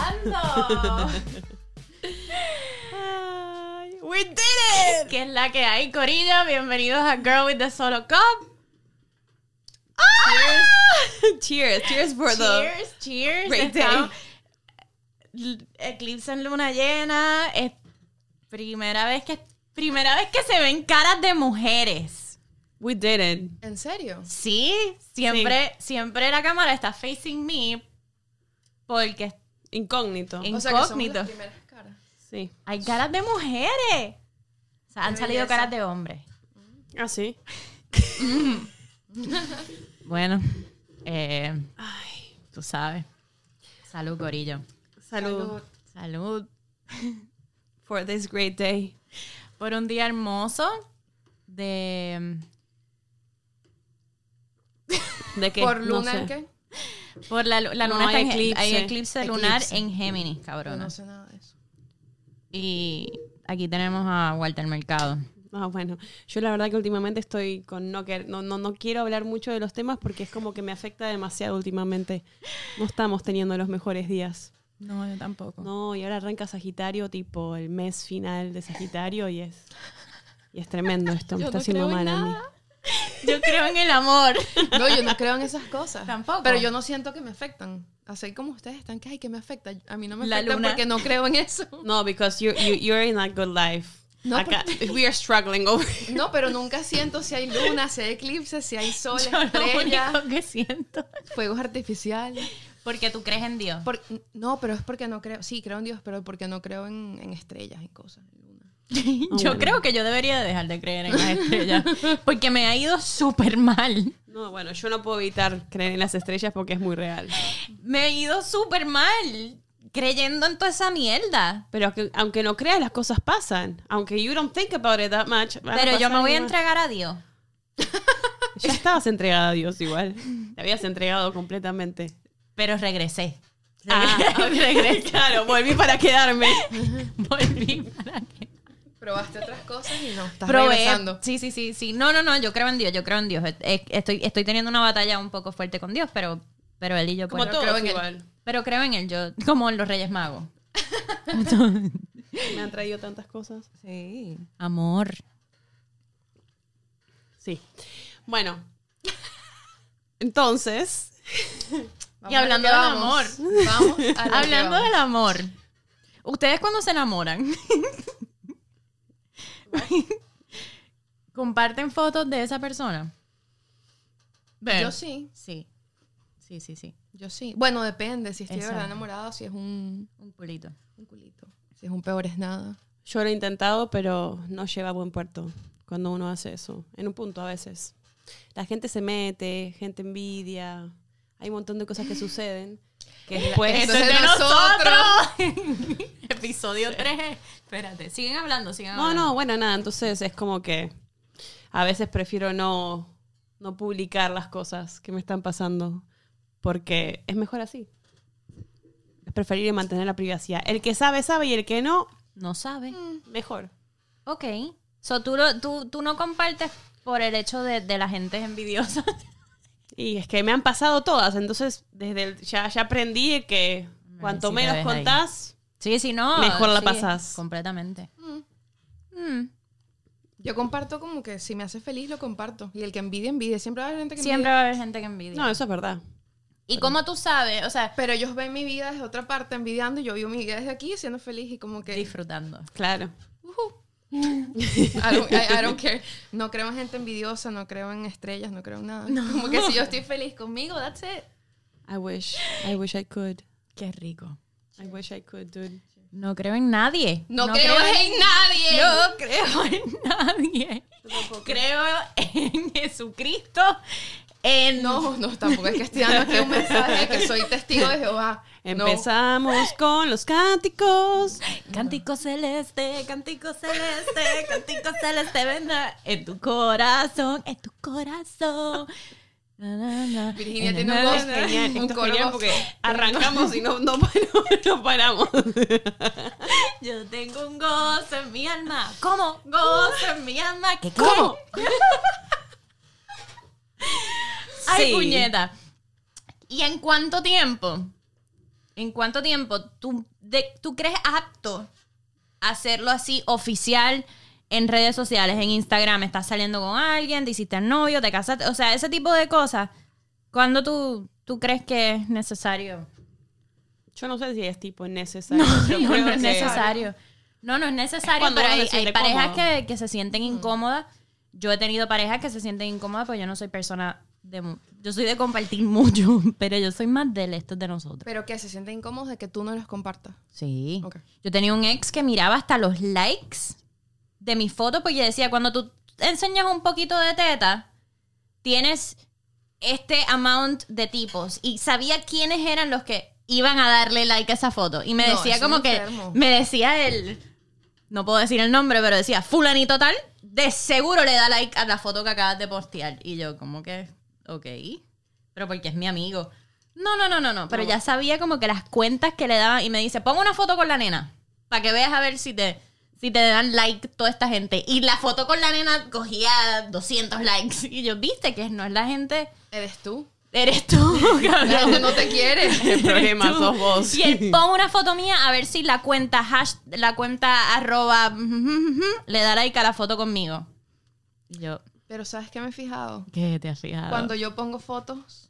hablando? Ay, ¡We did it! ¿Qué es la que hay, Corina? Bienvenidos a Girl with the Solo Cup. Ah, Cheers, cheers for the. Cheers, cheers. Great day. Estamos- L- Eclipse en luna llena. Es primera vez que primera vez que se ven caras de mujeres. We did it. ¿En serio? Sí, siempre siempre la cámara está facing me porque Incógnito. In- O sea que somos Incógnito. las primeras caras. Sí. hay caras de mujeres. O sea, han Qué salido belleza. caras de hombres. Ah, sí. Bueno, eh, tú sabes. Salud, Corillo. Salud. Salud. Salud. For this great day. por un día hermoso de ¿De qué? ¿Por No luna sé. en qué? por la, lu- la No, luna está hay en, eclipse. eclipse. hay eclipse lunar Eclipse. en Géminis Yo cabrón no sé nada de eso. y aquí tenemos a Walter Mercado Ah, bueno. Yo la verdad que últimamente estoy con no quer- no, no, no quiero hablar mucho de los temas porque es como que me afecta demasiado últimamente. No estamos teniendo los mejores días. no yo tampoco No, y ahora arranca Sagitario, tipo el mes final de Sagitario y es y es tremendo esto, me Yo está no haciendo creo en mal a mí. nada. yo creo en el amor No, yo no creo en esas cosas. Tampoco. Pero yo no siento que me afectan. Así como ustedes están, que ay, que me afecta. A mí no me La afecta luna. porque no creo en eso. No, because you you you're in a good life. No, Acá we are struggling over. No, pero nunca siento si hay luna, si hay eclipses, si hay sol, yo lo estrellas, único que siento fuegos artificiales. porque tú crees en Dios Por- no, pero es porque no creo. Sí, creo en Dios, pero porque no creo en, en estrellas y cosas. en luna. yo bueno. creo que yo debería dejar de creer en las estrellas porque me ha ido súper mal No, bueno, yo no puedo evitar creer en las estrellas porque es muy real. me ha ido súper mal creyendo en toda esa mierda Pero que- aunque no creas, las cosas pasan. Aunque you don't think about it that much. van a Pero yo pasar me voy a igual. entregar a Dios. Ya estabas entregada a Dios igual. Te habías entregado completamente. Pero regresé. Ah, regresé. Claro, volví para quedarme. Volví para que. Probaste otras cosas y no. Estás Probé. regresando. Sí, sí, sí, sí. No, no, no. Yo creo en Dios. Yo creo en Dios. Es- es- Estoy, estoy teniendo una batalla un poco fuerte con Dios, pero, pero él y yo. Como pues, todos creo en él. igual. Pero creo en él. Yo, como en los Reyes Magos. Me han traído tantas cosas. Sí. Amor. Sí. Bueno. Entonces, Vamos Y a lo hablando que del vamos. Vamos. a lo que Hablando vamos. del amor. ¿Ustedes cuando se enamoran? ¿Comparten fotos de esa persona? Yo sí. Sí. Sí, sí, sí. Yo sí. Bueno, depende. Si estoy de verdad Exacto. enamorada, si es un, Un pulito. un culito. Si es un peor es nada. yo lo he intentado, pero no lleva a buen puerto cuando uno hace eso. En un punto a veces. La gente se mete, gente envidia. Hay un montón de cosas que suceden. Que después. Eso Entonces, es de nosotros. nosotros. Episodio 3. Espérate, siguen hablando, siguen No, hablando. no, bueno, nada, entonces es como que a veces prefiero no, no publicar las cosas que me están pasando, porque es mejor así. Es preferible mantener la privacidad. El que sabe, sabe, y el que no, No sabe. mejor. Ok. So, tú, lo- tú, tú no compartes por el hecho de, de la gente envidiosa. Y es que me han pasado todas, entonces desde el- ya, ya aprendí que cuanto sí, te menos ves ahí. contás, Sí, sí, no. Mejor la sí, pasas. Completamente. Mm. Mm. Yo comparto como que si me hace feliz, lo comparto. Y el que envidia, envidia. Siempre va a haber gente que Siempre envidia. va a haber gente que envidia. no, eso es verdad. y como tú sabes, o sea, Pero ellos ven mi vida desde otra parte, envidiando. Y yo vivo mi vida desde aquí, siendo feliz y como que... disfrutando. Claro. ujú. I, don't, I- I don't care. No creo en gente envidiosa, no creo en estrellas, no creo en nada. Como que si yo estoy feliz conmigo, that's it. I wish, I wish I could. Qué rico. I wish I could, dude. No creo en nadie. No, creo, en, nadie. Yo creo en nadie. Creo en Jesucristo. En No, no, tampoco es que estoy dando aquí un mensaje de que soy testigo de Jehová. No. Empezamos con los cánticos. Cántico celeste, cántico celeste, cántico celeste, venga en tu corazón, en tu corazón. Na, na, na. Virginia Na, tiene na, un na, voz na. genial, un Esto es coro genial voz. porque arrancamos y no, no, paramos, no paramos. Yo tengo un gozo en mi alma. ¿Cómo? Gozo en mi alma. ¿Qué? qué? ¿Cómo? Ay, Sí. puñeta. ¿Y en cuánto tiempo ¿En cuánto tiempo tú, de- tú crees apto hacerlo así oficial en redes sociales, en Instagram? ¿Estás saliendo con alguien? ¿Te hiciste novio? ¿Te casaste? O sea, ese tipo de cosas. ¿Cuándo tú, tú crees que es necesario? Yo no sé si es tipo necesario. Yo creo no es que- necesario. No, no es necesario, Es cuando pero uno hay, se hay siente parejas cómodo. que, que se sienten Mm. incómodas. Yo he tenido parejas que se sienten incómodas, pues yo no soy persona de... mu- Yo soy de compartir mucho, pero yo soy más del esto de nosotros. Pero que se siente incómodo de que tú no los compartas. Sí. Ok. Yo tenía un ex que miraba hasta los likes de mis fotos porque decía, cuando tú enseñas un poquito de teta, tienes este amount de tipos. Y sabía quiénes eran los que iban a darle like a esa foto. Y me No, decía es como un que, enfermo. me decía él, no puedo decir el nombre, pero decía, fulanito tal, de seguro le da like a la foto que acabas de postear. Y yo como que, ok, pero porque es mi amigo. No, no, no, no, no, pero ya sabía como que las cuentas que le daban y me dice, pon una foto con la nena, para que veas a ver si te... Si te dan like toda esta gente. Y la foto con la nena cogía 200 likes. Y yo, viste que no es la gente. ¿Eres tú? Eres tú, La gente cabrón. no te quiere. El problema Tú. sos vos. Y él pon una foto mía a ver si la cuenta hash, la cuenta arroba le da like a la foto conmigo. Y Yo, Pero ¿sabes qué me he fijado? ¿qué te has fijado? Cuando yo pongo fotos,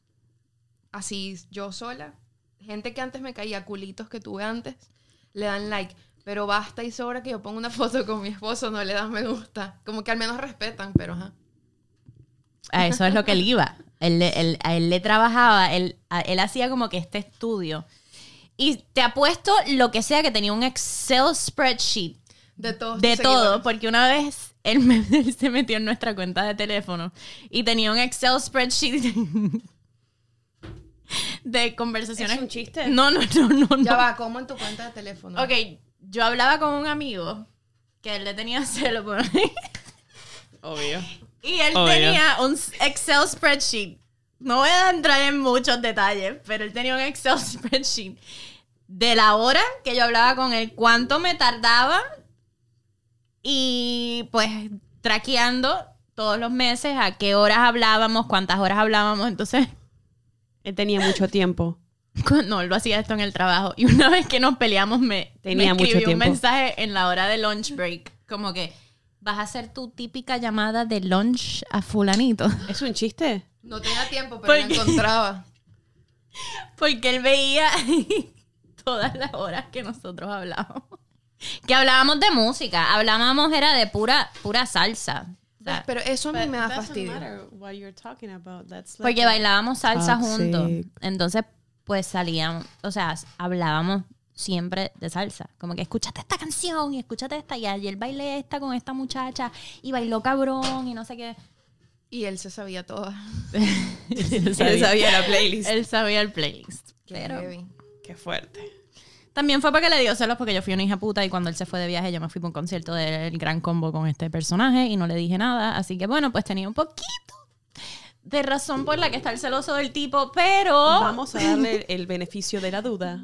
así yo sola, gente que antes me caía, culitos que tuve antes, le dan like. Pero basta y sobra que yo ponga una foto con mi esposo, no le dan me gusta. Como que al menos respetan, pero ajá. A eso es lo que él iba. Él, le- él- a él le trabajaba, él, a- él hacía como que este estudio. Y te apuesto lo que sea que tenía un Excel spreadsheet De todos. de tus todo, seguidores. porque una vez él, me- él se metió en nuestra cuenta de teléfono y tenía un Excel spreadsheet de conversaciones. ¿Es un chiste? No, no, no, no. no. Ya va, como en tu cuenta de teléfono. Ok, yo hablaba con un amigo que él le tenía celo por Obvio. Y él Obvio. tenía un Excel spreadsheet. No voy a entrar en muchos detalles, pero él tenía un Excel spreadsheet de la hora que yo hablaba con él, cuánto me tardaba y pues traqueando todos los meses a qué horas hablábamos, cuántas horas hablábamos. Entonces, Él Eh, tenía mucho tiempo. cu- no, él lo hacía esto en el trabajo. Y una vez que nos peleamos, me, Tenía me mucho escribió un tiempo. mensaje en la hora de lunch break, como que vas a hacer tu típica llamada de lunch a fulanito. ¿Es un chiste? No tenía tiempo, pero la Porque- encontraba. Porque él veía todas las horas que nosotros hablábamos. Que hablábamos de música, hablábamos era de pura, pura salsa. O sea, Pero eso a mí me da fastidio. porque bailábamos salsa Toxic. juntos. Entonces, pues salíamos, o sea, hablábamos siempre de salsa. Como que escúchate esta canción y escúchate esta. Y ayer bailé esta con esta muchacha y bailó cabrón y no sé qué. Y él se sabía todo. él, la playlist. él sabía el playlist. Pero heavy. Qué fuerte. También fue porque le dio celos porque yo fui una hija puta y cuando él se fue de viaje yo me fui para un concierto del Gran Combo con este personaje y no le dije nada. Así que bueno, pues tenía un poquito de razón por la que está el celoso del tipo, pero... Vamos a darle el beneficio de la duda.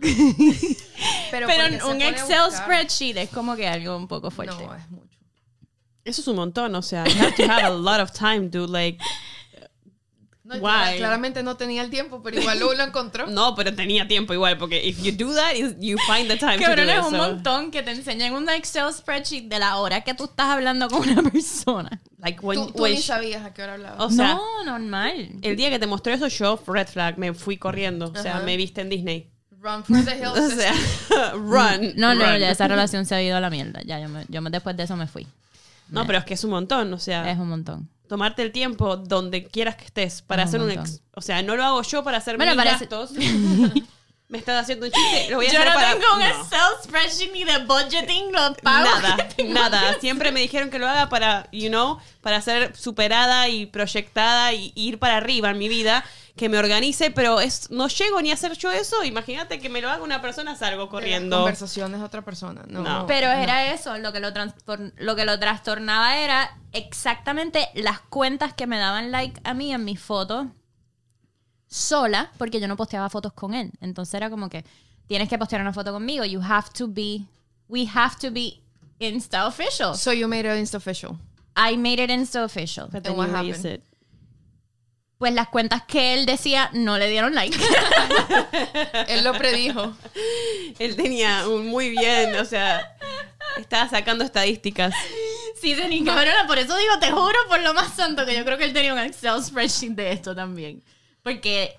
Pero Pero, porque se un pone a Excel buscar- spreadsheet es como que algo un poco fuerte. No, es mucho. Eso es un montón, o sea, you have to have a lot of time to like. No, y Why? Claramente no tenía el tiempo, pero igual lo lo encontró. No, pero tenía tiempo igual, porque if you do that, is- you find the time to do Cabrón, it, es un so- montón que te enseñan un Excel spreadsheet de la hora que tú estás hablando con una persona. Like when, Tú, tú when ni sh- sabías a qué hora hablaba. o sea, no, normal. el día que te mostré eso, yo red flag, me fui corriendo, o sea, Ajá. me viste en Disney, Run for the hills. o sea, run. No, no, run. ya esa relación se ha ido a la mierda. Ya, yo, me- yo me- después de eso me fui. No, pero es que es un montón, o Ah. sea, Es un montón. tomarte el tiempo donde quieras que estés para Es hacer Ah, un un, montón. ex- o sea no lo hago yo para hacer Bueno, mis parece- gastos me estás haciendo un chiste lo voy a Yo hacer no para tengo un No, Excel spreadsheet ni de budgeting, no pago. nada nada siempre me dijeron que lo haga para you know para ser superada y proyectada y ir para arriba en mi vida que me organice pero es no llego ni a hacer yo eso imagínate que me lo haga una persona salgo corriendo Conversaciones de otra persona. No. No. Pero era eso, lo que lo, transfor- lo que lo trastornaba era exactamente las cuentas que me daban like a mí en mis fotos sola, porque yo no posteaba fotos con él. Entonces era como que tienes que postear una foto conmigo. You have to be, we have to be Insta official. So you made it insta official. I made it Insta official. But then then what you happened? raise it. pues las cuentas que él decía no le dieron like. Él lo predijo. Él tenía un muy bien, o sea, estaba sacando estadísticas. sí, de ninguna manera. Por eso digo, te juro por lo más santo que yo creo que él tenía un Excel spreadsheet de esto también. Porque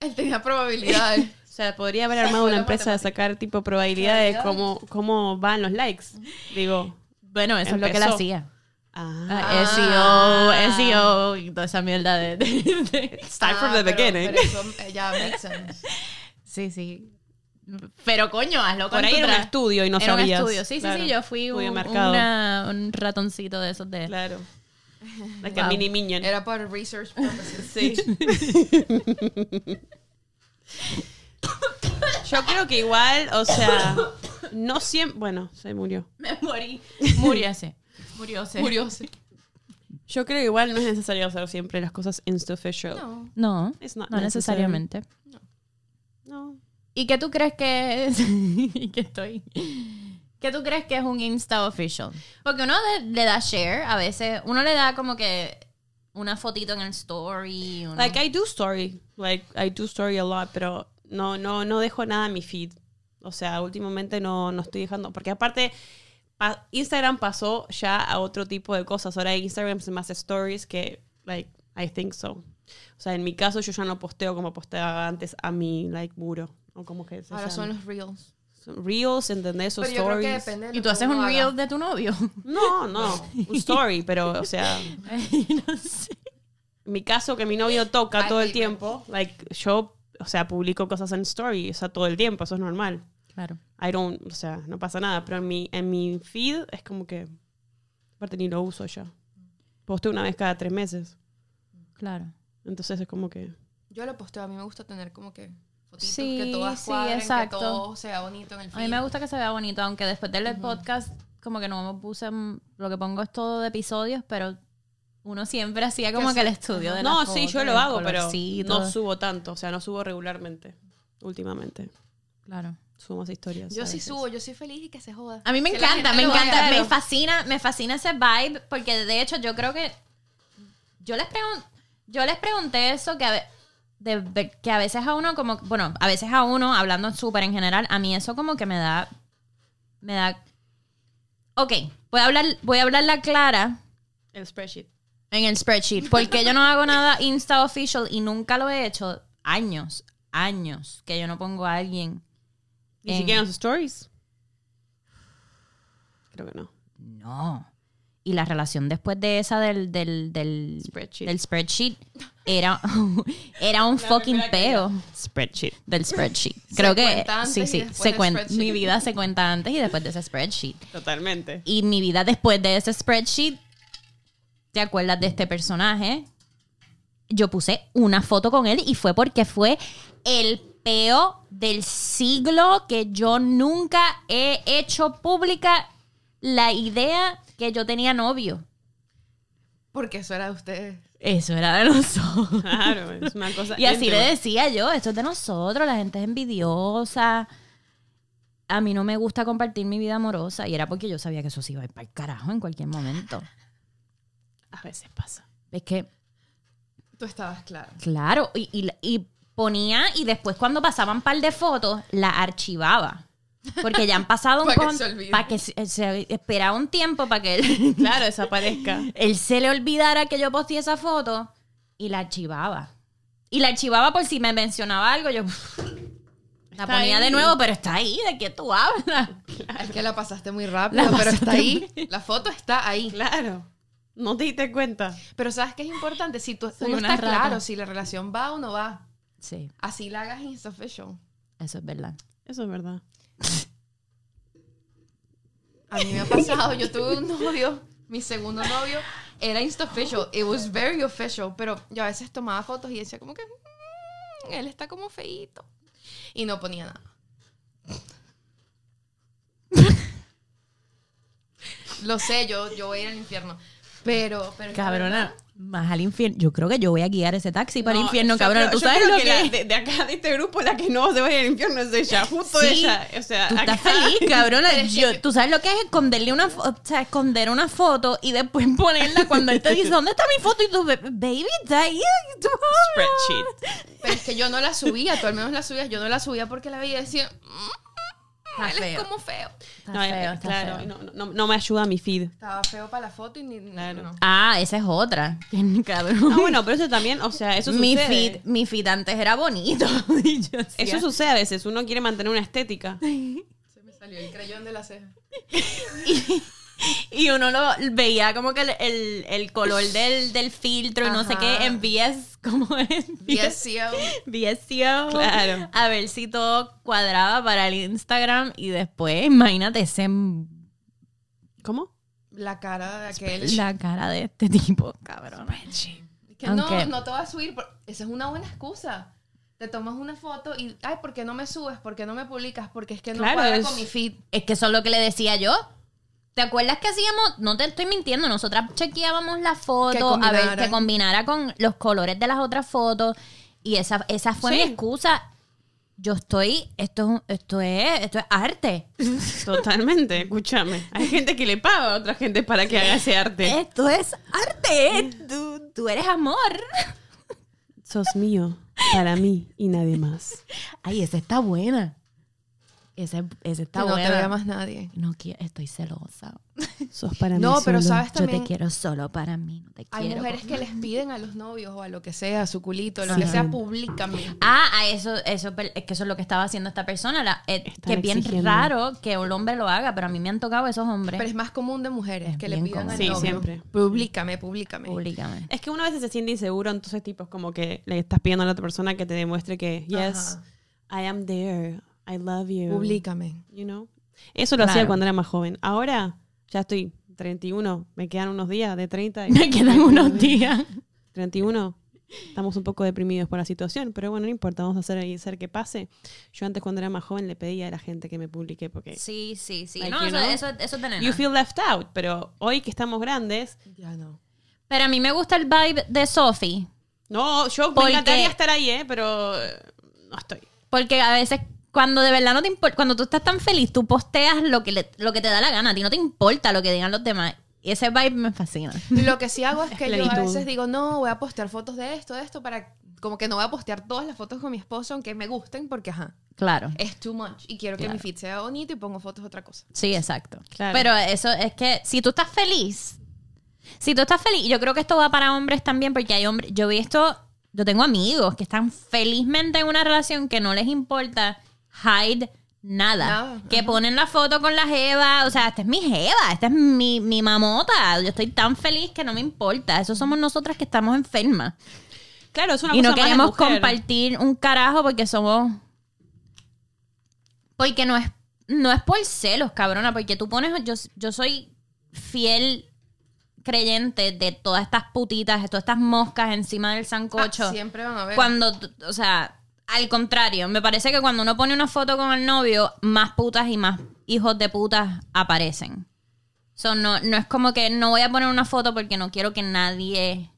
Él tenía probabilidades. O sea, podría haber armado una empresa de sacar tipo probabilidades de cómo, cómo van los likes. Digo, Bueno, eso es lo que él Empezó. hacía. ah, Ah, SEO, SEO y toda esa mierda de... de- de- start from the Ah, pero- beginning. pero eso, eh, ya makes sense. Sí, sí. Pero coño, hazlo con Por ahí tu era un tra- estudio y no Era un sabías. estudio, sí, Claro. sí, sí. Yo fui un, Estudio de mercado. una- un ratoncito de esos de... Claro. Like a Wow. mini minion. Era para research purposes. Sí. Yo creo que igual, o sea, no siempre. Bueno, se murió. Me morí. Murióse. Murióse. Curioso. Yo creo que igual no es necesario hacer siempre las cosas insta-official. No. No. No, It's not no necessary. necesariamente. ¿Y qué tú crees que es? que estoy. ¿Qué tú crees que es un Insta official? Porque uno de- le da share, a veces uno le da como que una fotito en el story. uno- Like, I do story. Like, I do story a lot, pero no, no, no dejo nada en mi feed. O sea, últimamente no, no estoy dejando. Porque aparte, pa- Instagram pasó ya a otro tipo de cosas. Ahora Instagram se me hace stories que, like, I think so. O sea, en mi caso yo ya no posteo como posteaba antes a mi, like, muro. O como que se Ahora son llama. los reels. Son reels, ¿entendés? O Pero yo creo que stories. depende de y lo tú que haces uno un haga. reel de tu novio. No, no. Un story, pero, o sea. Ay, no sé. mi caso que mi novio toca Ay, todo el sí, tiempo, like yo, o sea, publico cosas en story, o sea, todo el tiempo, eso es normal. Claro. I don't, o sea, no pasa nada, pero en mi en mi feed es como que aparte ni lo uso ya. Posteo una vez cada tres meses, Claro. entonces es como que Yo lo posteo. A mí me gusta tener como que fotitos Sí, que todas sí, cuadren, exacto. que todo sea bonito en el A feed. mí me gusta que se vea bonito, aunque después del podcast como que no me puse, mm, lo que pongo es todo de episodios, pero uno siempre hacía como Que que el estudio de No, las sí, yo fotos, lo el hago, pero colorcito. no subo tanto, o sea, no subo regularmente últimamente. Claro. Subo más historias. Yo a sí veces. subo, yo soy feliz y que se joda. A mí me Que la encanta, gente me lo vea. encanta, me Claro. fascina, me fascina ese vibe, porque de hecho yo creo que yo les pregunté, yo les pregunté eso que a, ve- de ve- que a veces a uno como, bueno, a veces a uno, hablando súper en general, a mí eso como que me da, me da, ok, voy a hablar, voy a hablar la clara el spreadsheet. en el spreadsheet, porque yo no hago nada Insta official y nunca lo he hecho años, años, que yo no pongo a alguien. Ni En- siquiera en los stories. Creo que no. No. Y la relación después de esa del, del, del, Spreadsheet. del spreadsheet era, era un fucking peo Spreadsheet. del spreadsheet. Creo que cuenta antes sí, y sí, después se del cuen- spreadsheet. mi vida se cuenta antes y después de ese spreadsheet. Totalmente. Y mi vida después de ese spreadsheet, ¿te acuerdas de este personaje? Yo puse una foto con él y fue porque fue el peo del siglo que yo nunca he hecho pública la idea que yo tenía novio. Porque eso era de ustedes. Eso era de nosotros. Claro, es una cosa. Y así íntima. le decía yo, esto es de nosotros, la gente es envidiosa. A mí no me gusta compartir mi vida amorosa. Y era porque yo sabía que eso se iba a ir para el carajo en cualquier momento. A veces pasa. Es que, Tú estabas claro. claro, y, y- y ponía, y después cuando pasaban par de fotos, la archivaba. Porque ya han pasado un Pa' que con- se olvide. pa' que se- se- esperaba un tiempo para que él, Claro, desaparezca. él se le olvidara que yo posteé esa foto y la archivaba. Y la archivaba por si me mencionaba algo, yo la Está ponía ahí. de nuevo, pero está ahí, ¿de qué tú hablas? Es que la pasaste muy rápido, La pero pasaste está ahí. La foto está ahí. Claro. No te diste cuenta. Pero ¿sabes qué es importante? Si tú, Soy uno una está rata. claro si la relación va o no va. Sí, Así la hagas insufficient. eso es verdad. Eso es verdad. A mí me ha pasado. Yo tuve un novio, mi segundo novio, era insta official. It was very official. Pero yo a veces tomaba fotos y decía como que "Mm, él está como feíto. Y no ponía nada. Lo sé, yo, yo voy a ir al infierno. Pero, pero Cabrona, más al infierno. Yo creo que yo voy a guiar ese taxi para el No, infierno, yo cabrona. creo- ¿Tú yo sabes creo lo que que, la- de, de acá, de este grupo, la que no se vaya al infierno es ella. Justo Sí. ella. O sea, Tú estás acá- feliz, cabrona. Pero es que Yo- yo- Tú sabes lo que es esconderle una, fo- o sea, esconder una foto y después ponerla cuando él te dice, ¿dónde está mi foto? Y tú, baby, está ahí. Spreadsheet. Pero es que yo no la subía, tú al menos la subías, yo no la subía porque la veía y decía, "Mm, Está él es feo. como feo. Está No, eh, feo, está claro, feo. No, no, no me ayuda a mi feed. Estaba feo para la foto y ni Claro. no. Ah, esa es otra. Cabrón. Ah, bueno, pero eso también, o sea, eso mi sucede. feed, mi feed antes era bonito. Y yo hacía- Eso sucede a veces, uno quiere mantener una estética. Se me salió el crayón de la ceja. Y uno lo veía como que el, el- el color del, del filtro y no sé Ajá. qué en VS, como es? Yes, yo. VSCO. Claro. A ver si todo cuadraba para el Instagram y después, imagínate ese, ¿Cómo? La cara de aquel. la cara de este tipo, cabrón. Que Aunque- no, no te vas a subir. por- Esa es una buena excusa. Te tomas una foto y, ay, ¿por qué no me subes? ¿Por qué no me publicas? Porque es que no Claro, cuadra es- con mi feed. Es que eso es lo que le decía yo. ¿Te acuerdas que hacíamos? No te estoy mintiendo, nosotras chequeábamos la foto Que a ver combinaran. que combinara con los colores de las otras fotos y esa, esa fue mi Sí. excusa. Yo estoy, esto, es un- esto es, esto es arte. Totalmente, escúchame. Hay gente que le paga a otra gente para que haga ese arte. Esto es arte. Tú, tú eres amor. Sos mío, para mí y nadie más. Ay, esa está buena. Esa, esa está Que no buena. te vea más nadie. No quiero, estoy celosa. Sos para No, pero sabes Yo también. te quiero solo para mí. No te Hay quiero mujeres con- que les piden a los novios o a lo que sea, su culito, lo Sí. que sea, públicamente. Ah, a eso, eso per- es que eso es lo que estaba haciendo esta persona. la- eh, Están que es bien exigiendo. raro que un hombre lo haga, pero a mí me han tocado esos hombres. Pero es más común de mujeres Es que le bien pidan común. al Sí, novio. siempre. Públicame, públicame. Públicamente. Es que uno a veces se siente inseguro, entonces tipo es como que le estás pidiendo a la otra persona que te demuestre que yes, I am there, I love you. Públicame. You know? Eso lo hacía Claro. cuando era más joven. Ahora ya estoy 31, me quedan unos días de 30. y- Me quedan unos días. 31. Estamos un poco deprimidos por la situación, pero bueno, no importa, vamos a hacer, y hacer que pase. Yo antes cuando era más joven le pedía a la gente que me publique porque Sí, sí, sí. Like, No, you eso, know, eso, eso es de nena. you feel left out, pero hoy que estamos grandes, Ya no. Pero a mí me gusta el vibe de Sophie. no, yo Porque- me encantaría estar ahí, eh, pero eh, no estoy. Porque a veces cuando de verdad no te importa, cuando tú estás tan feliz, tú posteas lo que, le- lo que te da la gana, a ti no te importa lo que digan los demás. Y ese vibe me fascina. Lo que sí hago es que yo a plenitud. veces digo, no, voy a postear fotos de esto, de esto, para. Como que no voy a postear todas las fotos con mi esposo, aunque me gusten, porque ajá, Claro. es too much. Y quiero Claro. que mi feed sea bonito y pongo fotos de otra cosa. Sí, exacto. Claro. Pero eso es que si tú estás feliz, si tú estás feliz, yo creo que esto va para hombres también, porque hay hombres, yo he visto, yo tengo amigos que están felizmente en una relación que no les importa hide nada. Nada, Que ponen la foto con la jeva, o sea, esta es mi jeva, esta es mi, mi mamota, yo estoy tan feliz que no me importa, eso somos nosotras que estamos enfermas. Claro, es una Y cosa no más de queremos mujer. compartir un carajo porque somos. Porque no es, no es por celos, cabrona. Porque tú pones. Yo, yo soy fiel creyente de todas estas putitas, de todas estas moscas encima del sancocho. Ah, siempre van a ver. cuando, t- o sea, al contrario, me parece que cuando uno pone una foto con el novio, más putas y más hijos de putas aparecen. So, no, no es como que no voy a poner una foto porque no quiero que nadie.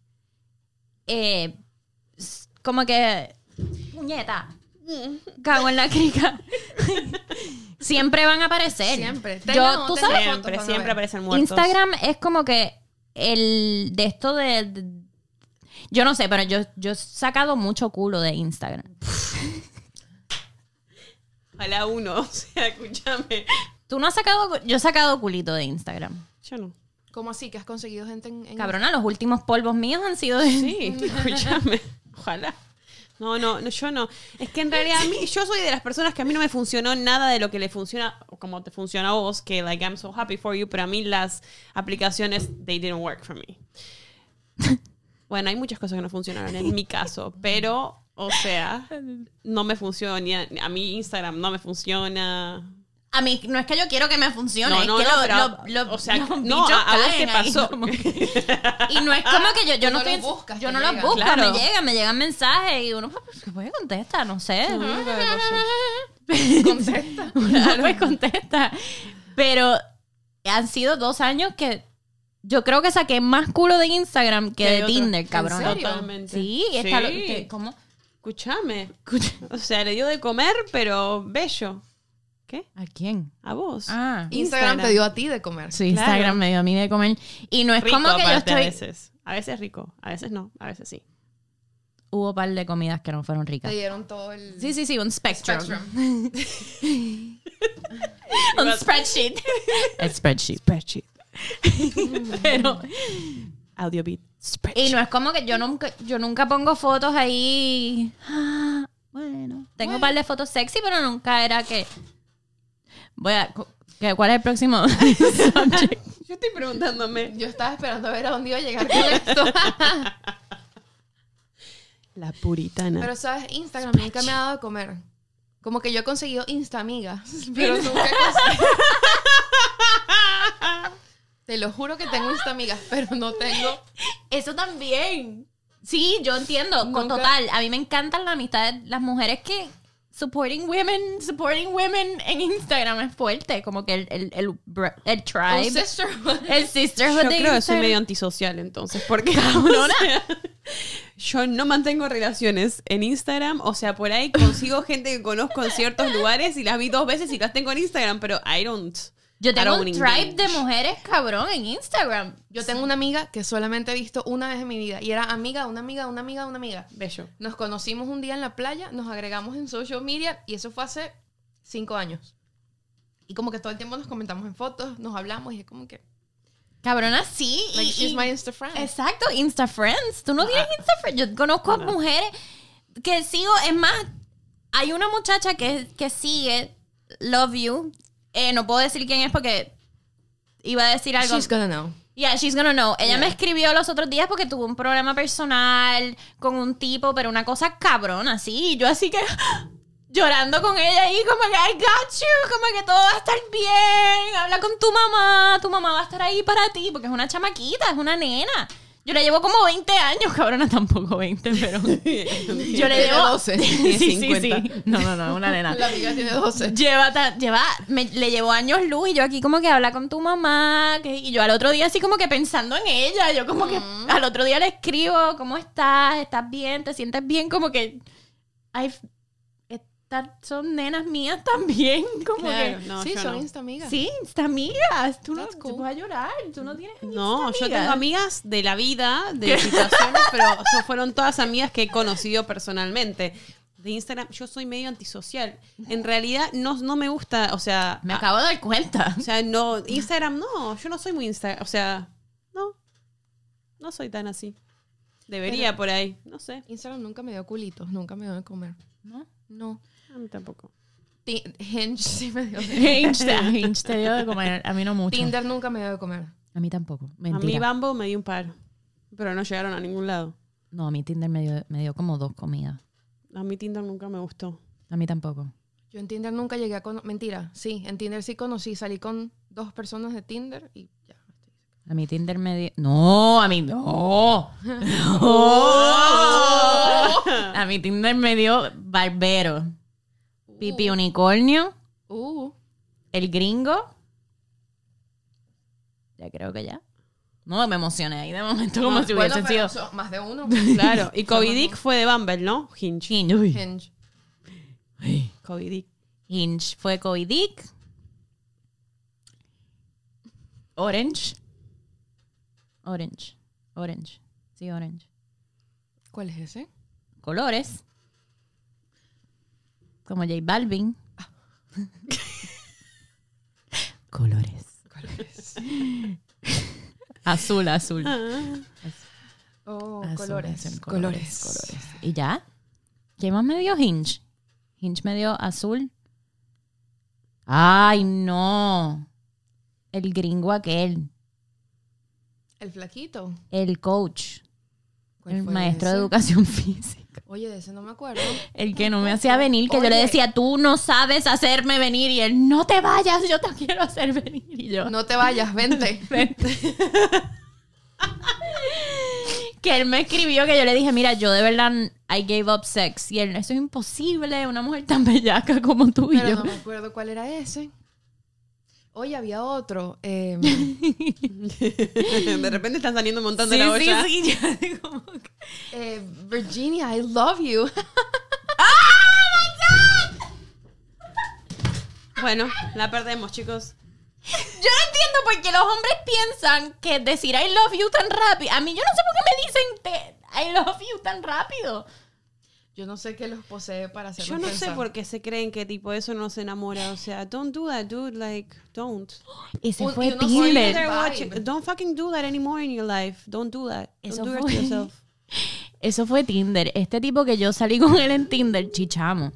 eh, s- como que. Puñeta. Cago en la crica. Siempre van a aparecer. Siempre. Tenga o Yo, no tú tenga sabes, fotos van Siempre, a siempre ver. aparecen muertos. Instagram es como que el de esto de, de- yo no sé, pero yo, yo he sacado mucho culo de Instagram. A la uno, o sea, escúchame. Tú no has sacado, cu- yo he sacado culito de Instagram. Yo no. ¿Cómo así? ¿Que has conseguido gente en. en- Cabrona, los últimos polvos míos han sido de Sí, escúchame. Ojalá. No, no, no, yo no. Es que en realidad a mí, yo soy de las personas que a mí no me funcionó nada de lo que le funciona, o como te funciona a vos, que like I'm so happy for you, pero a mí las aplicaciones, they didn't work for me. Bueno, hay muchas cosas que no funcionaron en mi caso, pero, o sea, no me funciona. ni A, a mí Instagram no me funciona. A mí no es que yo quiero que me funcione, No, no, es que no, lo- pero, lo- lo- o sea, los no, bichos a, a vos caen te ahí, pasó. como que- y no es como que yo, yo no, Tú no estoy- los buscas, yo te no los llegan. busco, Claro. me llegan, me llegan mensajes y uno pues, pues contesta, no sé. No, no, no, no, no. Contesta. Uno, pues contesta. Pero han sido dos años que Yo creo que saqué más culo de Instagram que Que de hay otro. Tinder, ¿En cabrón. serio? Totalmente. Sí, está lo- Sí. que- ¿cómo? Escúchame. O sea, le dio de comer, pero bello. ¿Qué? ¿A quién? A vos. Ah. Instagram, Instagram. te dio a ti de comer. Sí, Claro. Instagram me dio a mí de comer. Y no es rico, como que yo aparte, a estoy. veces. A veces rico, a veces no, a veces sí. Hubo un par de comidas que no fueron Te ricas. dieron todo el Sí, sí, sí, un spectrum. spectrum. Un spreadsheet. El spreadsheet. Spreadsheet. Pero. Audio beat. Y Spreadsheet. no es como que yo nunca, yo nunca pongo fotos ahí. Ah, bueno. Tengo un par de fotos sexy, pero nunca era que. Voy a. cu- que- ¿Cuál es el próximo? subject? Yo estoy preguntándome. Yo estaba esperando a ver a dónde iba a llegar con esto. La puritana. Pero sabes, Instagram nunca me ha dado de comer. Como que yo he conseguido Insta amigas, pero nunca he conseguido. Te lo juro que tengo Insta amigas, pero no tengo. Eso también. Sí, yo entiendo. Con Nunca- total. A mí me encantan las amistades, las mujeres que. Supporting women, supporting women en Instagram es fuerte. Como que el, el, el, br- el Un tribe. sisterhood. El sisterhood de yo creo que soy Instagram. medio antisocial entonces, porque o sea, yo no mantengo relaciones en Instagram, o sea, por ahí consigo gente que conozco en ciertos lugares y las vi dos veces y las tengo en Instagram, pero I don't. Yo I tengo don't un tribe de engage. mujeres cabrón en Instagram. Yo tengo una amiga que solamente he visto una vez en mi vida y era amiga, de una amiga, de una amiga, de una amiga. Bello. Nos conocimos un día en la playa, nos agregamos en social media y eso fue hace cinco años. Y como que todo el tiempo nos comentamos en fotos, nos hablamos y es como que. Cabrona, sí. y- Like, she's y- my Insta friend. exacto, Insta Friends. Tú no tienes Insta Friends. Yo conozco a mujeres que sigo. Es más, hay una muchacha que, que sigue Love You. Eh, no puedo decir quién es porque iba a decir algo. She's gonna know. Yeah, she's gonna know. Ella me escribió los otros días porque tuvo un problema personal con un tipo, pero una cosa cabrona, así. Y yo así que llorando con ella y como que I got you, como que todo va a estar bien. Habla con tu mamá, tu mamá va a estar ahí para ti, porque es una chamaquita, es una nena. Yo le llevo como 20 años, cabrona, tampoco 20, pero yo le Tiene llevo 12, sí, tiene sí, sí. 50. No, no, no, una nena. La amiga tiene 12. Lleva, ta- lleva me- le llevó años luz y yo aquí como que habla con tu mamá que- y yo al otro día así como que pensando en ella, yo como que al otro día le escribo, ¿cómo estás? ¿Estás bien? ¿Te sientes bien? Como que, ay, estas son nenas mías también, como Claro. No, sí, yo son no. Insta amigas. que, sí, está amigas, tú no That's cool. tú vas a llorar, tú no tienes No, yo amigas. tengo amigas de la vida, de situaciones, pero so- fueron todas amigas que he conocido personalmente. De Instagram, yo soy medio antisocial. En realidad, no, no me gusta, o sea, Me a- acabo de dar cuenta. O sea, no, Instagram no, yo no soy muy Instagram, o sea, no, no soy tan así. Debería por ahí, no sé. Instagram nunca me dio culitos, nunca me dio de comer. ¿No? No. A mí tampoco. Ti- Hinge sí me dio. Hinge, te- Hinge te dio de comer, a mí no mucho. Tinder nunca me dio de comer. A mí tampoco, A mí mentira. Bambo me dio un par, pero no llegaron a ningún lado. No, a mí Tinder me dio, me dio como dos comidas. A mí Tinder nunca me gustó. A mí tampoco. Yo en Tinder nunca llegué a conocer. Mentira, sí, en Tinder sí conocí. Salí con dos personas de Tinder y ya. A mi Tinder me dio... No, a mí no. A mi Tinder me dio Barbero, Pipi Unicornio, Uh, El Gringo. Ya creo que ya. No, me emocioné ahí de momento como si bueno, hubiese pero sido... son más de uno. Claro, y Covidic fue de Bumble, ¿no? Hinge. Hinge, uy. Hinge. Ay. Covidic. Hinge fue Coidic. Orange. Orange. Orange. Sí, orange. ¿Cuál es ese? colores. Como J Balvin. colores. ¿Cuál es? Ah, Azul, azul. Oh, Azul, colores. azul, colores. colores. ¿Y ya? ¿Qué más me dio Hinge? Hinge me dio azul. ¡Ay, no! El gringo aquel. El flaquito. El coach. ¿Cuál El fue maestro ese? de educación física. Oye, de ese no me acuerdo. El que no me hacía venir, que yo le Oye. decía, tú no sabes hacerme venir. Y él, no te vayas, yo te quiero hacer venir. Y yo, No te vayas, vente. que él me escribió que yo le dije, mira, yo de verdad, I gave up sex. Y él, eso es imposible, una mujer tan bellaca como tú y Pero yo. no me acuerdo cuál era ese. Oye, había otro. em, De repente están saliendo un montón de Sí, la sí, olla. sí, ya digo, como que- eh, Virginia, I love you. Bueno, la perdemos, chicos. Yo no entiendo por qué los hombres piensan que decir I love you tan rápido. A mí yo no sé por qué me dicen te- I love you tan rápido. Yo no sé qué los posee para hacer Yo no sé por qué se creen que tipo eso no se enamora. O sea, don't do that, dude. Like, don't. Ese Un- fue y uno Tinder. Vibe. They're watching- Don't fucking do that anymore in your life. Don't do that. Don't Eso do it fue. to yourself. Eso fue Tinder. Este tipo que yo salí con él en Tinder, chichamo.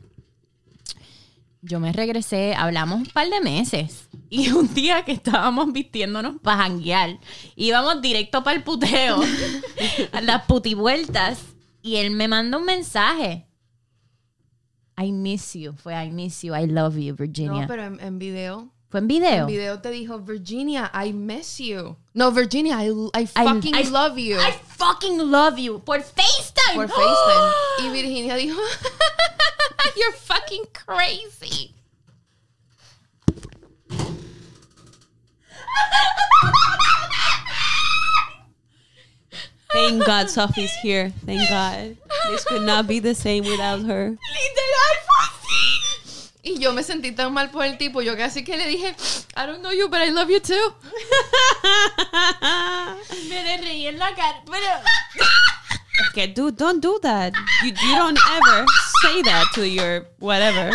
Yo me regresé, hablamos un par de meses. Y un día que estábamos vistiéndonos para janguear, íbamos directo para el puteo, a las putivueltas. Y él me manda un mensaje. I miss you. Fue I miss you, I love you, Virginia. No, pero en, en video. ¿Fue en video? En video te dijo, Virginia, I miss you. No, Virginia, I, I fucking I- love you. I fucking love you. Por FaceTime. por FaceTime. Y Virginia dijo, You're fucking crazy. Thank God Sophie's here. Thank God. This could not be the same without her. Literal fue así. y yo me sentí tan mal por el tipo, yo casi que le dije, I don't know you, but I love you too. Me le reí en la cara. Pero. Okay, dude, don't do that. You, you don't ever say that to your whatever.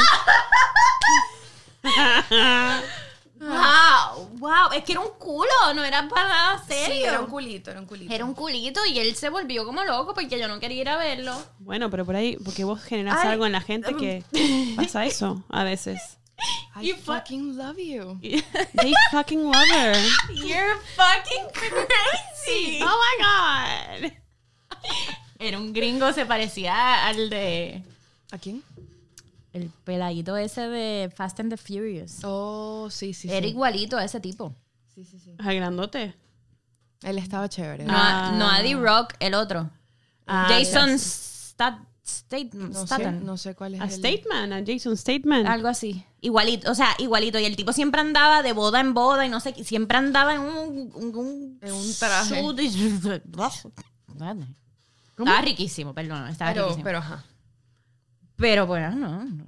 Wow, wow. Es que era un culo, no era para nada serio. Sí, era un culito, era un culito. Era un culito y él se volvió como loco porque yo no quería ir a verlo. Bueno, pero por ahí, porque vos generás Ay. algo en la gente que pasa eso a veces. I You fu- fucking love you. They fucking love her. You're fucking crazy. Oh my God. Era un gringo, se parecía al de. ¿A quién? El peladito ese de Fast and the Furious. Oh, sí, sí, sí. Era igualito a ese tipo. Sí, sí, sí. Ay, grandote. Él estaba chévere. No, Ah. no a D-Rock, el otro. Ah, Jason Stat, Stat- No sé, Statham. no sé cuál es A el... statement, a Jason statement. Algo así. Igualito, o sea, igualito. Y el tipo siempre andaba de boda en boda y no sé, qué, siempre andaba en un... un, un- En un traje. suit y- Estaba riquísimo, perdón, estaba Pero, riquísimo. Pero, pero, ajá. bueno, no. no.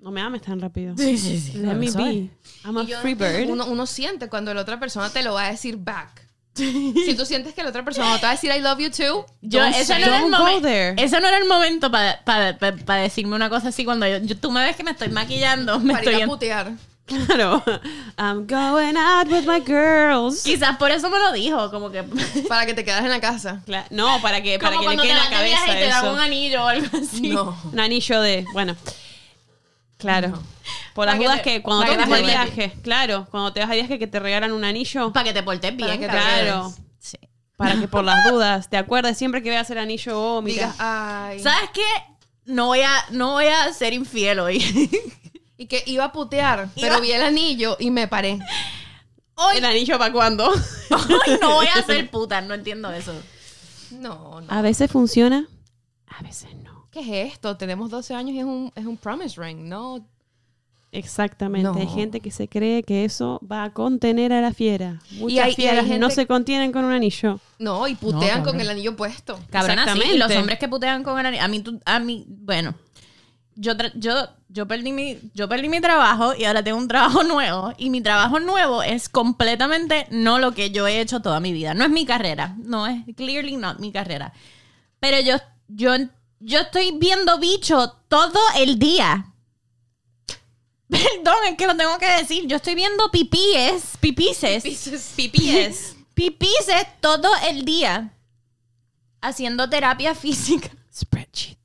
No me ames tan rápido. Sí, sí, sí. Let me be. I'm a Y yo- free bird. Uno, uno siente cuando la otra persona te lo va a decir back. si tú sientes que la otra persona te va a decir I love you too, Yo, Don't ese, say- no era el don't go momen- there. ese no era el momento para decirme una cosa así cuando yo, yo- tú me ves que me estoy maquillando, me para estoy ir a en- putear. Claro. I'm going out with my girls. Quizás por eso me lo dijo, como que Para que te quedas en la casa. Cla- No, para que, para como que le cuando quede te en la van de viaje y cabeza te dan eso. un anillo o algo así. Un anillo de. Bueno. Claro. Por Para las que te- dudas que cuando para te que vas te de duela. viaje, claro, cuando te vas de viaje que te regalan un anillo, Para que te portes bien, Para que te cabrón. Claro. Sí. para que por las dudas te acuerdes siempre que veas el anillo, oh, mira. Digas, ay. ¿Sabes qué? No voy a, no voy a ser infiel hoy. Y que iba a putear, pero vi el anillo y me paré. hoy, ¿El anillo para cuándo? hoy no voy a ser puta, no entiendo eso. No, no. A veces funciona, a veces no. ¿Qué es esto? Tenemos 12 años y es un, es un promise ring, ¿no? Exactamente. No. Hay gente que se cree que eso va a contener a la fiera. Muchas hay- y hay fieras no gente- se contienen con un anillo. No, y putean No, con cabrón. el anillo puesto. Cabrona, sí, Exactamente. y los hombres que putean con el anillo. A mí, tú- a mí, bueno. Yo, tra- yo, yo, perdí mi, yo perdí mi trabajo y ahora tengo un trabajo nuevo. Y mi trabajo nuevo es completamente no lo que yo he hecho toda mi vida. No es mi carrera. No es, clearly not mi carrera. Pero yo, yo, yo estoy viendo bicho todo el día. Perdón, es que lo tengo que decir. Yo estoy viendo pipíes, pipices Pipíes. pipices todo el día haciendo terapia física. Spreadsheet.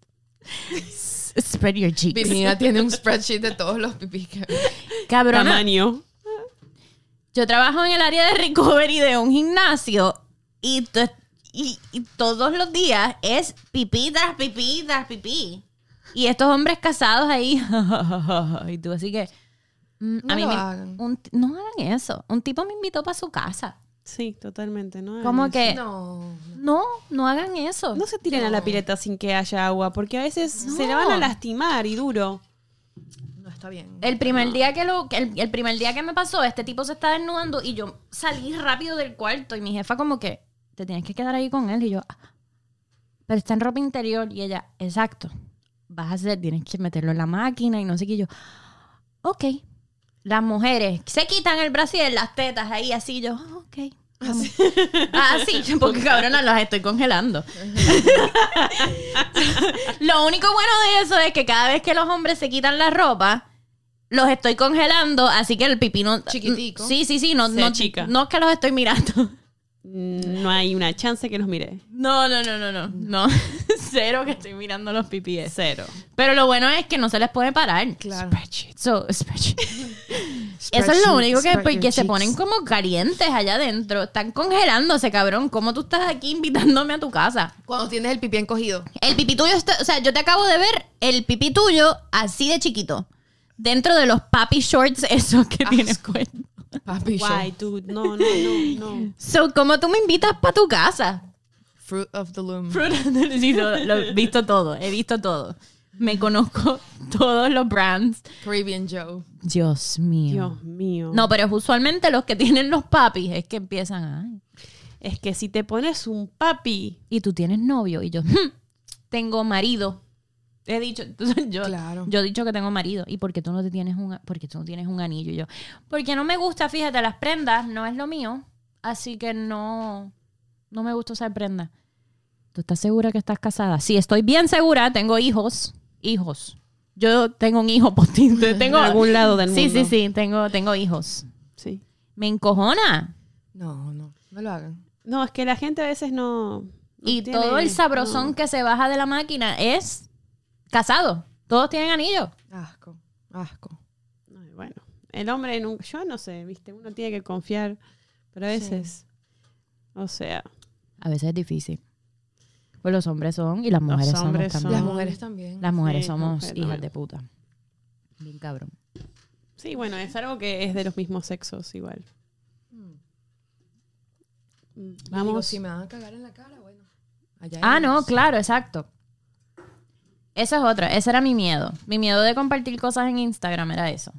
Spread your cheeks. Virginia tiene un spreadsheet de todos los pipis que... Cabrona, Tamaño. yo trabajo en el área de recovery de un gimnasio y, to- y- y todos los días es pipí tras pipí tras pipí. Y estos hombres casados ahí. y tú, así que. mm, No a mí lo me- hagan. un t- no hagan eso. Un tipo me invitó para su casa. Sí, totalmente, ¿no? Como Es- que. No. No. no, hagan eso. No se tiren a la pileta sin que haya agua, porque a veces se la van a lastimar y duro. No está está bien. El primer día que lo, que el, el primer día que me pasó, este tipo se está desnudando y yo salí rápido del cuarto y mi jefa como que te tienes que quedar ahí con él y yo, "Ah, pero está en ropa interior y ella, exacto, vas a hacer, tienes que meterlo en la máquina y no sé qué y yo, ok, las mujeres se quitan el brasier, las tetas ahí así yo, "Ah, ok. vamos". Ah, sí, porque cabrona las estoy congelando. Lo único bueno de eso es que cada vez que los hombres se quitan la ropa, los estoy congelando, así que el pipino. Chiquitico. Sí, sí, sí. No, Se no, achica. no es que los estoy mirando. Mm, No hay una chance que nos mire. No, no, no, no, no. No. Cero que estoy mirando los pipíes. Cero. Pero lo bueno es que no se les puede parar. Claro. So, spreadsheet. Eso es lo único que Spread your porque se cheeks. ponen como calientes allá adentro. Están congelándose, cabrón. ¿Cómo tú estás aquí invitándome a tu casa? Cuando tienes el pipí encogido. El pipí tuyo está, o sea, yo te acabo de ver el pipí tuyo así de chiquito. Dentro de los papi shorts esos que tienes puesto. Papi, yo. Guay, dude. No, no, no, no. So, ¿cómo tú me invitas para tu casa? Fruit of the loom. Sí, lo, lo he visto todo, he visto todo. Me conozco todos los brands. Caribbean Joe. Dios mío. Dios mío. No, pero es usualmente los que tienen los papis es que empiezan ay, Es que si te pones un papi, Y tú tienes novio. Y yo, "Hmm, tengo marido. He dicho, yo, Claro. yo he dicho que tengo marido. ¿Y por qué tú no te tienes un, porque tú no tienes un anillo? Y yo, porque no me gusta, fíjate, las prendas no es lo mío. Así que no, no me gusta usar prendas. ¿Tú estás segura que estás casada? Sí, estoy bien segura. Tengo hijos. Hijos. Yo tengo un hijo postín. Tengo en algún lado del Sí, mundo. sí, sí. Tengo, tengo hijos. sí. Me encojona. No, no. No lo hagan. No, es que la gente a veces no. no Y tiene- todo el sabrosón no. que se baja de la máquina es casado. Todos tienen anillo. Asco. Asco. Ay, Bueno, el hombre nunca. Yo no sé, viste, uno tiene que confiar, pero a veces. O sea, A veces es difícil. Pues los hombres son y las mujeres hombres somos Las Las también. mujeres mujeres también. Las mujeres Sí, somos mujer, hijas no. de puta. Bien cabrón. sí, bueno, es algo que es de los mismos sexos igual. Mm, Vamos. Vamos. si me van a cagar en la cara, bueno. Allá Ah, no, ellos. claro, exacto. Eso es otra. Ese era mi miedo. Mi miedo de compartir cosas en Instagram era eso.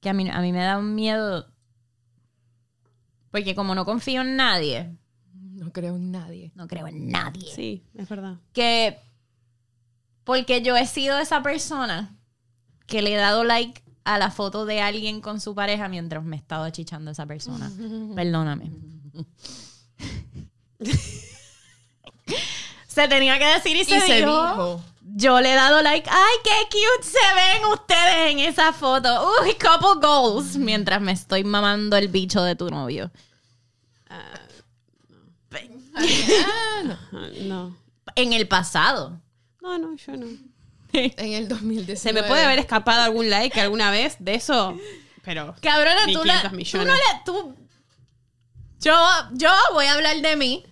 Que a mí, a mí me da un miedo. Porque como no confío en nadie, No creo en nadie. no creo en nadie. Sí, es verdad. que porque yo he sido esa persona que le he dado like a la foto de alguien con su pareja mientras me he estado achichando a esa persona. Perdóname. se tenía que decir y se, dijo. Yo le he dado like. ¡Ay, qué cute se ven ustedes en esa foto! ¡Uy, couple goals! Mientras me estoy mamando el bicho de tu novio. Ah, Ajá, No. En el pasado. No, no, yo no. En el 2019. Se me puede haber escapado algún like alguna vez de eso, pero. Cabrona, Ni tú, la- 500 tú no millones. le... Tú, yo, yo voy a hablar de mí.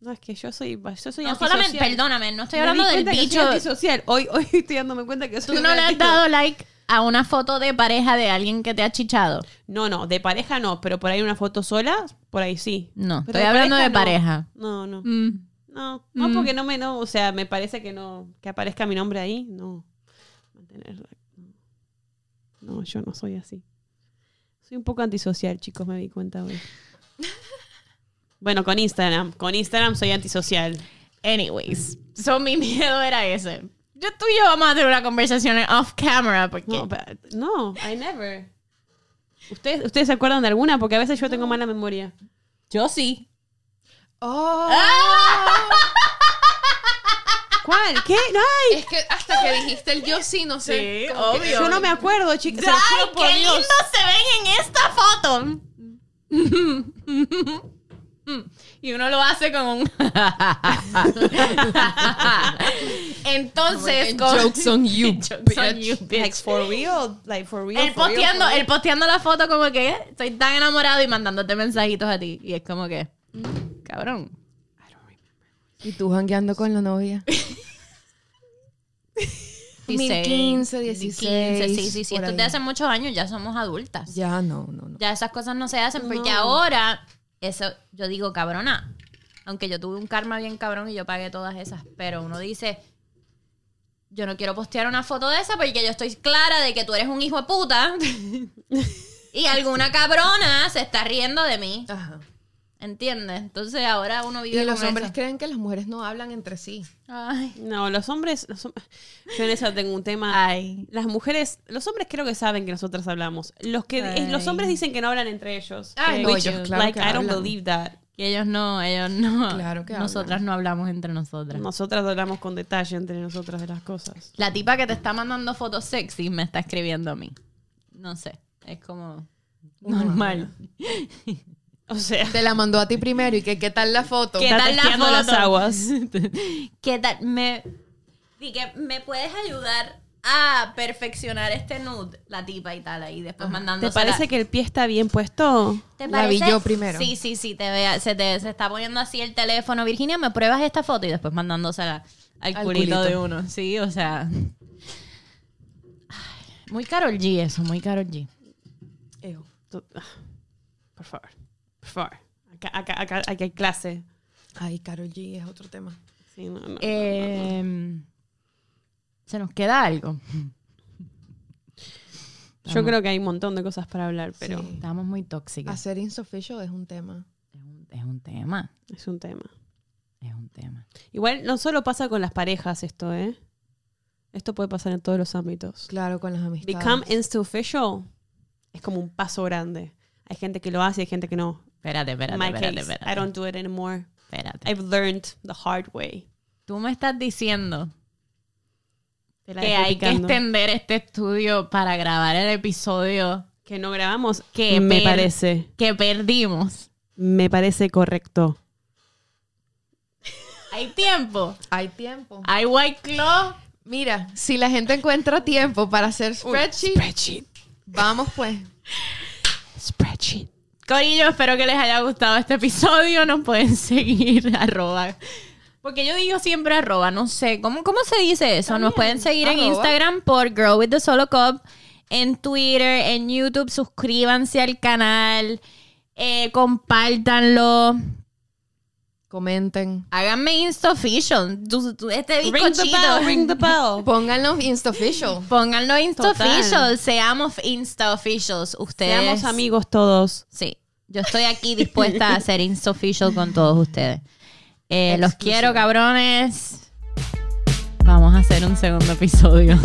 No, es que yo soy. Yo soy No solamente... antisocial. Perdóname, no estoy Me di hablando del cuenta que soy bicho. antisocial. Hoy, hoy estoy dándome cuenta que Tú soy no le has antisocial. dado like a una foto de pareja de alguien que te ha chichado. No, no, de pareja no, pero por ahí una foto sola, por ahí sí. No, Pero estoy hablando de pareja. No, no, no. Mm. No, no, porque no me, no, o sea, me parece que no, que aparezca mi nombre ahí, no. Mantenerla, no. No, yo no soy así. Soy un poco antisocial, chicos, me di cuenta hoy. Bueno, con Instagram, con Instagram soy antisocial. Anyways, so mi miedo era ese. Yo tú y yo vamos a tener una conversación en off camera porque... No, but- no, I never. ¿Ustedes, ¿Ustedes se acuerdan de alguna? Porque a veces yo tengo mala memoria. Yo sí. Oh. Ah. ¿Cuál? ¿Qué? ¡Ay! Es que hasta que dijiste el yo sí, no sé. Sí, como que- obvio. Yo no me acuerdo, chicos. ¡Ay, qué lindos se ven en esta foto! Y uno lo hace con un... Entonces, Like, con... jokes on you, Jokes on bitch. you, bitch. Like for real, like for real. Él for real, posteando, for real. él posteando la foto como que estoy tan enamorado y mandándote mensajitos a ti. Y es como que, cabrón. Y tú jangueando con la novia. 2015, 16, sí, sí, sí. por Esto ahí. de hace muchos años, ya somos adultas. Ya, no, no, no. ya esas cosas no se hacen porque No. ahora eso yo digo cabrona aunque yo tuve un karma bien cabrón y yo pagué todas esas pero uno dice yo no quiero postear una foto de esa porque yo estoy clara de que tú eres un hijo de puta y alguna cabrona se está riendo de mí. Ajá. ¿Entiendes? Entonces ahora uno vive Y los con hombres eso. creen que las mujeres no hablan entre sí. Ay. No, los hombres. los hom- yo en eso tengo un tema. Ay. Las mujeres, los hombres creo que saben que nosotras hablamos. Los que es- los Ay. hombres dicen que no hablan entre ellos. Ay, Eh, no, which, ellos claro like que I don't hablan. believe that. Que ellos no, ellos no. Claro que Nosotras hablan. no hablamos entre nosotras. Nosotras hablamos con detalle entre nosotras de las cosas. La tipa que te está mandando fotos sexy me está escribiendo a mí. No sé. Es como normal. O sea, Te la mandó a ti primero y que qué tal la foto. ¿Qué está tal la testeando foto? las aguas. ¿Qué tal? Me. di que ¿me puedes ayudar a perfeccionar este nude? La tipa y tal, ahí después mandando. ¿Te parece que el pie está bien puesto? ¿Te La vi yo primero. Sí, sí, sí, te vea, se, te, se está poniendo así el teléfono. Virginia, ¿me pruebas esta foto? Y después mandándosela al, Al culito, culito. de uno. Sí, o sea. Ay, Muy Carol G eso, muy Carol G. Tú- ah, Por favor, por favor. Acá, acá, acá, aquí hay clase. Ay, Carol G es otro tema. Sí, no, no, no, no, no. Eh, se nos queda algo. Yo creo que hay un montón de cosas para hablar, pero Sí. Estamos muy tóxicas. Hacer insofficial es un tema. Es un, es un tema, es un tema. es un tema. Igual no solo pasa con las parejas esto, ¿eh? Esto puede pasar en todos los ámbitos. Claro, con las amistades. Become insta-official es como un paso grande. Hay gente que lo hace y hay gente que no. Espérate, espérate, In my espérate, case, espérate. I don't do it anymore. espérate. I've learned the hard way. Tú me estás diciendo Te la que dejé hay que picando. extender este estudio para grabar el episodio que no grabamos. Que me per- parece. que perdimos. Me parece correcto. Hay tiempo. Hay tiempo. Hay White Claw. Oh, Mira, si la gente encuentra tiempo para hacer spreadsheet, Spreadsheet. vamos pues. Spreadsheet. Corillo, espero que les haya gustado este episodio. Nos pueden seguir arroba. Porque yo digo siempre arroba, no sé. ¿Cómo, cómo se dice eso? Nos pueden seguir en arroba. Instagram por Grow with the Solo Cup. En Twitter, en YouTube, suscríbanse al canal. Eh, compártanlo. Comenten. Háganme Insta Official. Tu- tu- Este Ring the bell, bizcochito. ring the bell. Pónganlo insofficial. Pónganlo Insta Total. Official. Seamos Insta Officials. Ustedes. Seamos amigos todos. Sí. Yo estoy aquí dispuesta a ser Insta Official con todos ustedes. Eh, los Exclusiva. quiero, cabrones. Vamos a hacer un segundo episodio.